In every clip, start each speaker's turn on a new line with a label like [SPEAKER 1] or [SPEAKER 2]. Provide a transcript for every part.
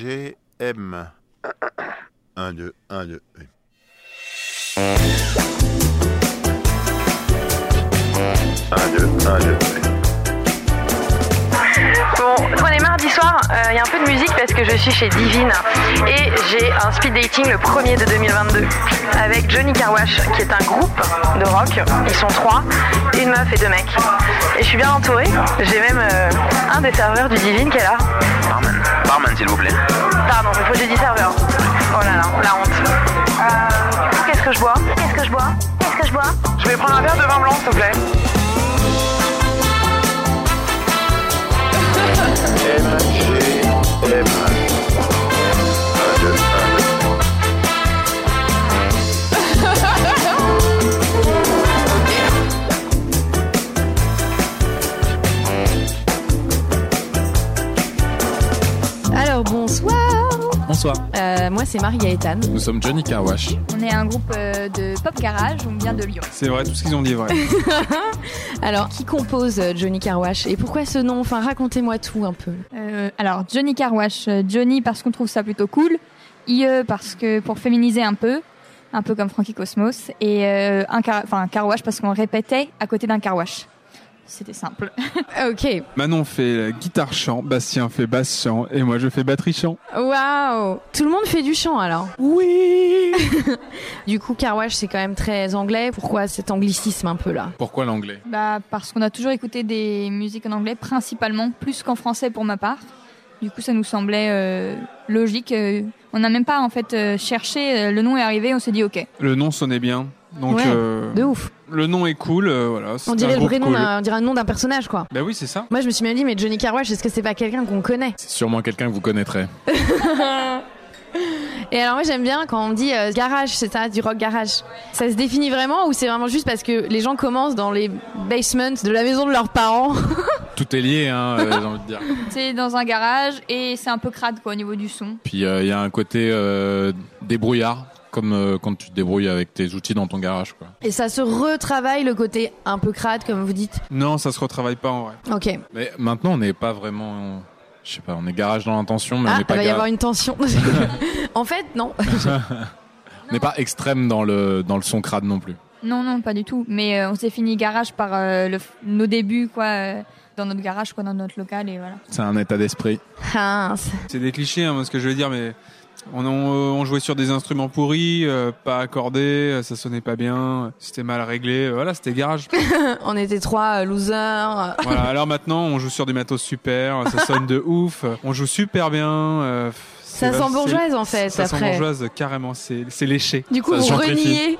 [SPEAKER 1] MGM. 1, 2, 1, 2. Un, deux, un, deux.
[SPEAKER 2] Bon, tous les mardis soirs, il y a un peu de musique parce que je suis chez Divine et j'ai un speed dating le premier de 2022 avec Johnny Carwash qui est un groupe de rock. Ils sont trois, une meuf et deux mecs. Et je suis bien entourée. J'ai même euh, un des serveurs du Divine qui est là.
[SPEAKER 3] Barman, barman s'il vous plaît.
[SPEAKER 2] Pardon, il faut que j'ai dit serveur. Oh là là, la honte. Euh, du coup, qu'est-ce que je bois Qu'est-ce que je bois Qu'est-ce que je bois
[SPEAKER 4] Je vais prendre un verre de vin blanc, s'il te plaît.
[SPEAKER 1] MGM. 1, 2, 1, 2.
[SPEAKER 5] Alors bonsoir,
[SPEAKER 6] Bonsoir.
[SPEAKER 5] Euh, moi c'est Marie Gaëtane.
[SPEAKER 6] Nous sommes Johnny Carwash.
[SPEAKER 7] On est un groupe euh, de pop garage, on vient de Lyon.
[SPEAKER 6] C'est vrai, tout ce qu'ils ont dit est vrai.
[SPEAKER 5] Alors qui compose euh, Johnny Carwash et pourquoi ce nom Enfin racontez-moi tout un peu.
[SPEAKER 7] Euh, alors Johnny Carwash, euh, Johnny parce qu'on trouve ça plutôt cool, IE parce que pour féminiser un peu, un peu comme Frankie Cosmos, et euh, un, car enfin, un carwash parce qu'on répétait à côté d'un carwash. C'était simple.
[SPEAKER 5] Ok,
[SPEAKER 6] Manon fait guitare chant, Bastien fait basse chant et moi je fais batterie chant.
[SPEAKER 5] waouh Tout le monde fait du chant alors Oui Du coup Carwash c'est quand même très anglais, pourquoi cet anglicisme un peu là
[SPEAKER 6] Pourquoi l'anglais
[SPEAKER 7] Bah, parce qu'on a toujours écouté des musiques en anglais, principalement, plus qu'en français pour ma part. Du coup, ça nous semblait euh, logique. euh, on n'a même pas en fait euh, cherché, euh, le nom est arrivé, on s'est dit ok.
[SPEAKER 6] Le nom sonnait bien. Donc
[SPEAKER 5] Ouais,
[SPEAKER 6] euh,
[SPEAKER 5] De ouf
[SPEAKER 6] le nom est cool, euh, voilà. c'est
[SPEAKER 5] On
[SPEAKER 6] un
[SPEAKER 5] dirait le
[SPEAKER 6] groupe
[SPEAKER 5] vrai nom,
[SPEAKER 6] cool.
[SPEAKER 5] d'un- on dirait le nom d'un personnage quoi.
[SPEAKER 6] Bah oui, c'est ça.
[SPEAKER 5] Moi je me suis même dit mais Johnny Carwash est-ce que c'est pas quelqu'un qu'on connaît
[SPEAKER 8] C'est sûrement quelqu'un que vous connaîtrez.
[SPEAKER 5] Et alors moi j'aime bien quand on dit euh, garage, c'est ça, du rock garage. Ça se définit vraiment ou c'est vraiment juste parce que les gens commencent dans les basements de la maison de leurs parents
[SPEAKER 8] Tout est lié, hein, euh, j'ai envie de dire.
[SPEAKER 7] C'est dans un garage et c'est un peu crade quoi au niveau du son.
[SPEAKER 8] Puis euh, il y a un côté euh, débrouillard, comme euh, quand tu te débrouilles avec tes outils dans ton garage. Quoi.
[SPEAKER 5] Et ça se retravaille le côté un peu crade, comme vous dites.
[SPEAKER 6] Non, ça se retravaille pas en vrai.
[SPEAKER 5] Ok.
[SPEAKER 8] Mais maintenant, on n'est pas vraiment. Je sais pas, on est garage dans l'intention, mais on
[SPEAKER 5] Ah,
[SPEAKER 8] n'est
[SPEAKER 5] il
[SPEAKER 8] pas,
[SPEAKER 5] va y
[SPEAKER 8] gar-
[SPEAKER 5] avoir une tension. en fait, non.
[SPEAKER 8] on n'est pas extrême dans le, euh, dans le son crade non plus.
[SPEAKER 7] Non, non, pas du tout. Mais euh, on s'est fini garage par euh, le f- nos débuts, quoi, euh, dans notre garage, quoi, dans notre local, et voilà.
[SPEAKER 8] C'est un état d'esprit.
[SPEAKER 5] Ah, c'est-
[SPEAKER 6] C'est des clichés, hein, moi, ce que je veux dire, mais on, on- on jouait sur des instruments pourris, euh, pas accordés, euh, ça sonnait pas bien, c'était mal réglé, euh, voilà, c'était garage.
[SPEAKER 5] on était trois euh, losers.
[SPEAKER 6] voilà, alors maintenant, on joue sur du matos super, ça sonne de ouf, on joue super bien. euh,
[SPEAKER 5] Ça
[SPEAKER 6] c'est-
[SPEAKER 5] sent
[SPEAKER 6] c'est-
[SPEAKER 5] bourgeoise en fait
[SPEAKER 6] Ça sent
[SPEAKER 5] après.
[SPEAKER 6] bourgeoise, carrément, c'est c'est léché.
[SPEAKER 5] Du coup,
[SPEAKER 8] Ça se
[SPEAKER 5] vous reniez.
[SPEAKER 8] gentrifie.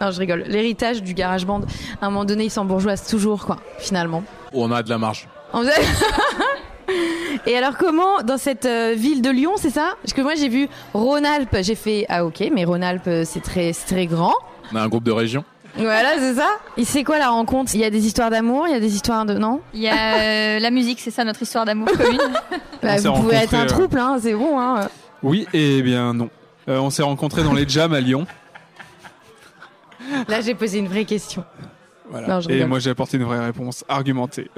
[SPEAKER 5] non, je rigole. L'héritage du garage band. À un moment donné, ils s'en bourgeoisent toujours, quoi. Finalement.
[SPEAKER 8] On a de la marge.
[SPEAKER 5] On faisait- Et alors comment dans cette euh, ville de Lyon, c'est ça Parce que moi j'ai vu Rhône-Alpes, j'ai fait ah ok, mais Rhône-Alpes euh, c'est très c'est très grand.
[SPEAKER 8] On a un groupe de région.
[SPEAKER 5] Voilà, c'est ça. Et c'est quoi la rencontre Il y a des histoires d'amour, il y a des histoires de non
[SPEAKER 7] Il y a euh, la musique, c'est ça notre histoire d'amour commune.
[SPEAKER 5] Bah,
[SPEAKER 6] s'est
[SPEAKER 5] Vous pouvez être
[SPEAKER 6] rencontrés,
[SPEAKER 5] un
[SPEAKER 6] euh,
[SPEAKER 5] trouble, hein, c'est bon. Hein.
[SPEAKER 6] Oui, et bien non. Euh, on s'est rencontrés dans les jams à Lyon.
[SPEAKER 5] Là j'ai posé une vraie question.
[SPEAKER 6] Voilà.
[SPEAKER 5] Non, je
[SPEAKER 6] et
[SPEAKER 5] rigole.
[SPEAKER 6] moi, j'ai apporté une vraie réponse argumentée.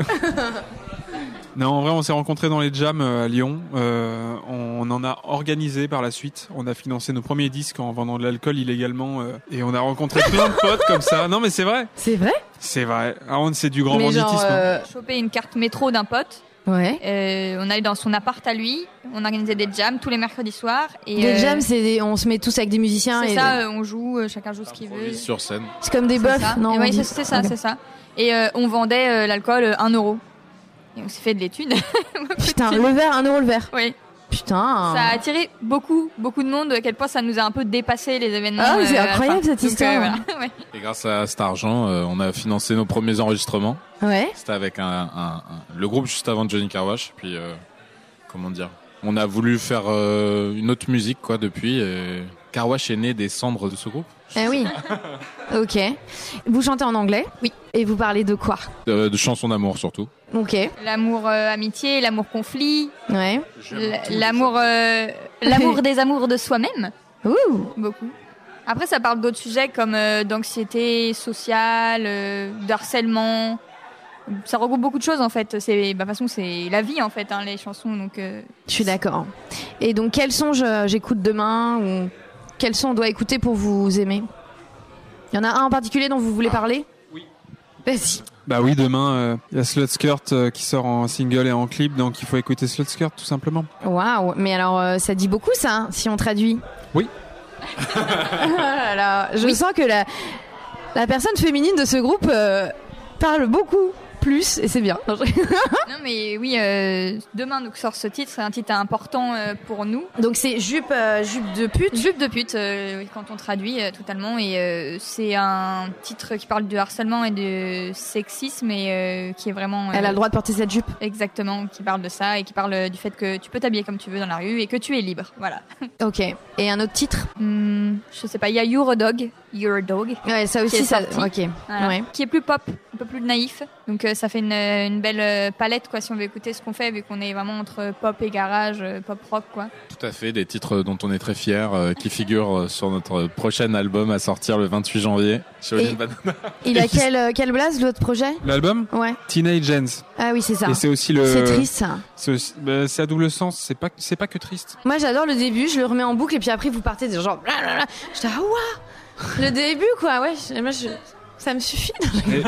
[SPEAKER 6] non, en vrai, on s'est rencontrés dans les jams euh, à Lyon. Euh, on en a organisé par la suite. On a financé nos premiers disques en vendant de l'alcool illégalement. euh, et on a rencontré plein de potes comme ça. Non, mais c'est vrai.
[SPEAKER 5] C'est vrai
[SPEAKER 6] C'est vrai. Ah, on c'est du grand
[SPEAKER 5] Mais
[SPEAKER 6] banditisme.
[SPEAKER 5] genre
[SPEAKER 6] hein.
[SPEAKER 5] euh,
[SPEAKER 7] Choper une carte métro d'un pote.
[SPEAKER 5] ouais.
[SPEAKER 7] Euh, on allait dans son appart à lui. On organisait des jams tous les mercredis soirs. Et
[SPEAKER 5] Des
[SPEAKER 7] euh,
[SPEAKER 5] jams, c'est des- on se met tous avec des musiciens
[SPEAKER 7] c'est
[SPEAKER 5] et
[SPEAKER 7] ça. euh, on joue, euh, chacun joue ce qu'il veut.
[SPEAKER 8] Produit sur scène.
[SPEAKER 5] c'est comme des
[SPEAKER 7] C'est ça.
[SPEAKER 5] bœufs, non
[SPEAKER 7] Et
[SPEAKER 5] on
[SPEAKER 7] ouais,
[SPEAKER 5] dit.
[SPEAKER 7] c'est c'est ça,
[SPEAKER 5] Ok.
[SPEAKER 7] c'est ça. Et euh, on vendait euh, l'alcool euh, 1 euro. Et on s'est fait de l'étude.
[SPEAKER 5] Putain, le verre, un euro le verre.
[SPEAKER 7] oui.
[SPEAKER 5] Putain.
[SPEAKER 7] Ça a attiré beaucoup, beaucoup de monde. À quel point ça nous a un peu dépassé les événements. euh,
[SPEAKER 5] Ah, c'est
[SPEAKER 7] à la
[SPEAKER 5] incroyable,
[SPEAKER 7] fin.
[SPEAKER 5] cette histoire.
[SPEAKER 7] voilà, ouais.
[SPEAKER 8] Et grâce à cet argent, euh, on a financé nos premiers enregistrements.
[SPEAKER 5] Ouais.
[SPEAKER 8] C'était avec un, un- un- le groupe juste avant Johnny Carwash. Puis, euh, comment dire On a voulu faire euh, une autre musique, quoi, depuis. et Carwash est né des cendres de ce groupe.
[SPEAKER 5] Eh oui. ok. Vous chantez en anglais Oui. Et vous parlez de quoi
[SPEAKER 8] Euh, de chansons d'amour, surtout.
[SPEAKER 5] Ok.
[SPEAKER 7] L'amour euh, amitié, l'amour conflit,
[SPEAKER 5] Ouais.
[SPEAKER 7] l- l'amour euh, l'amour des amours de soi-même,
[SPEAKER 5] Ouh.
[SPEAKER 7] beaucoup. Après, ça parle d'autres sujets comme euh, d'anxiété sociale, euh, d'harcèlement, ça regroupe beaucoup de choses en fait. C'est, bah, de toute façon, c'est la vie en fait, hein, les chansons. Donc, euh,
[SPEAKER 5] Je suis d'accord. Et donc, quels son je- j'écoute demain ou quels son on doit écouter pour vous aimer Il y en a un en particulier dont vous voulez parler
[SPEAKER 6] Oui.
[SPEAKER 5] Vas-y.
[SPEAKER 6] Bah oui, demain, euh, il y a Slut Skirt euh, qui sort en single et en clip, donc il faut écouter Slut Skirt tout simplement.
[SPEAKER 5] Waouh, mais alors euh, ça dit beaucoup ça, si on traduit
[SPEAKER 6] Oui.
[SPEAKER 5] Oh là là, je sens que la, la personne féminine de ce groupe euh, parle beaucoup plus, et c'est bien. Non, je-
[SPEAKER 7] non, mais oui, euh, demain donc sort ce titre, c'est un titre important euh, pour nous.
[SPEAKER 5] Donc c'est jupe, euh, jupe de pute.
[SPEAKER 7] Jupe de pute, euh, oui, quand on traduit euh, totalement, et euh, c'est un titre qui parle de harcèlement et de sexisme, et euh, qui est vraiment. euh,
[SPEAKER 5] Elle a le droit de porter cette jupe.
[SPEAKER 7] Exactement, qui parle de ça et qui parle euh, du fait que tu peux t'habiller comme tu veux dans la rue et que tu es libre. Voilà.
[SPEAKER 5] Ok. Et un autre titre
[SPEAKER 7] Hmm, je sais pas, il y a You're a Dog, You're a Dog,
[SPEAKER 5] Ouais, ça
[SPEAKER 7] Qui
[SPEAKER 5] aussi,
[SPEAKER 7] est
[SPEAKER 5] ça.
[SPEAKER 7] sorti.
[SPEAKER 5] Ok.
[SPEAKER 7] voilà,
[SPEAKER 5] Ouais.
[SPEAKER 7] qui est plus pop, un peu plus naïf. Donc euh, ça fait une, une belle euh, palette quoi si on veut écouter ce qu'on fait vu qu'on est vraiment entre pop et garage, euh, pop rock quoi.
[SPEAKER 8] Tout à fait, des titres dont on est très fiers, euh, qui figurent euh, sur notre prochain album à sortir le 28 janvier. Chez Olivier
[SPEAKER 5] Et-
[SPEAKER 8] Banana.
[SPEAKER 5] Il a quel, euh, quel blaze l'autre projet
[SPEAKER 6] L'album
[SPEAKER 5] Ouais.
[SPEAKER 6] Teenage Gens.
[SPEAKER 5] Ah oui, c'est ça.
[SPEAKER 6] Et c'est aussi le.
[SPEAKER 5] C'est triste ça.
[SPEAKER 6] C'est aussi- bah, c'est à double sens, c'est pas, c'est pas que triste.
[SPEAKER 5] Moi j'adore le début, je le remets en boucle et puis après vous partez des genre blablabla. Je dis ah ouah Le début quoi, ouais, je- moi je- ça me suffit.
[SPEAKER 6] Mais-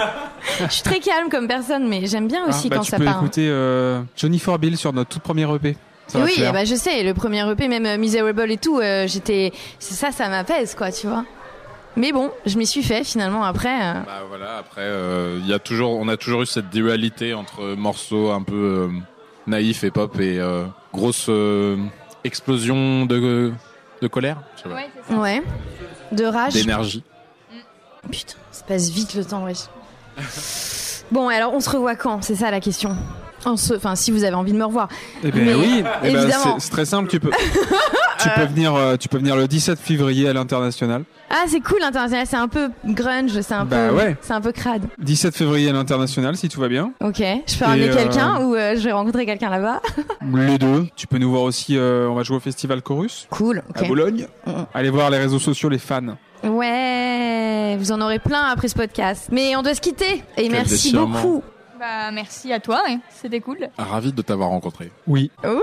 [SPEAKER 5] je suis très calme comme personne mais j'aime bien aussi
[SPEAKER 6] Ah, bah,
[SPEAKER 5] quand
[SPEAKER 6] tu
[SPEAKER 5] ça
[SPEAKER 6] peux
[SPEAKER 5] part.
[SPEAKER 6] écouter euh, Johnny Forbill sur notre toute première EP. Ça va
[SPEAKER 5] oui,
[SPEAKER 6] te plaire.
[SPEAKER 5] bah, je sais, le premier EP, même euh, Miserable et tout, euh, j'étais. c'est Ça, ça m'apaise quoi, tu vois. Mais bon, je m'y suis fait finalement après. euh,
[SPEAKER 8] Bah voilà, après, euh, il y a toujours, on a toujours eu cette dualité entre morceaux un peu euh, naïfs et pop et euh, grosse euh, explosion de, de colère, je sais pas,
[SPEAKER 7] Ouais, c'est ça.
[SPEAKER 5] euh, Ouais. De rage.
[SPEAKER 8] d'énergie.
[SPEAKER 5] Putain, ça passe vite le temps, wesh. Bon, alors on se revoit quand C'est ça la question. On se... Enfin, si vous avez envie de me revoir.
[SPEAKER 6] Eh ben
[SPEAKER 5] Mais,
[SPEAKER 6] oui, eh ben,
[SPEAKER 5] évidemment.
[SPEAKER 6] c'est- c'est très simple. Tu peux, tu peux venir, euh, tu peux venir le 17 février à l'international.
[SPEAKER 5] Ah, c'est cool, international. C'est un peu grunge, c'est un
[SPEAKER 6] Bah
[SPEAKER 5] peu,
[SPEAKER 6] ouais.
[SPEAKER 5] c'est un peu crade.
[SPEAKER 6] 17 février à l'international, si tout va bien.
[SPEAKER 5] Ok. Je peux ramener
[SPEAKER 6] euh,
[SPEAKER 5] quelqu'un ou euh, je vais rencontrer quelqu'un là-bas.
[SPEAKER 6] Les deux. Tu peux nous voir aussi. euh, on va jouer au festival Chorus
[SPEAKER 5] Cool.
[SPEAKER 6] à
[SPEAKER 5] Ok.
[SPEAKER 6] Bologne.
[SPEAKER 5] Mhm.
[SPEAKER 6] Allez voir les réseaux sociaux, les fans.
[SPEAKER 5] Ouais. Vous en aurez plein après ce podcast. Mais on doit se quitter. Et merci
[SPEAKER 8] déchirement.
[SPEAKER 5] beaucoup.
[SPEAKER 7] Bah merci à toi, ouais, c'était cool.
[SPEAKER 8] Ah, Ravi de t'avoir rencontré.
[SPEAKER 6] Oui.
[SPEAKER 5] Ouh.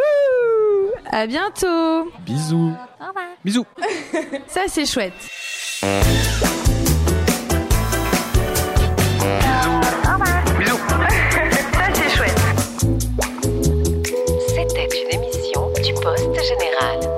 [SPEAKER 5] À bientôt.
[SPEAKER 8] Bisous.
[SPEAKER 7] Au revoir.
[SPEAKER 6] Bisous.
[SPEAKER 5] Ça, c'est chouette.
[SPEAKER 3] Bisous.
[SPEAKER 2] Ça, c'est chouette.
[SPEAKER 9] C'était une émission du Poste Général.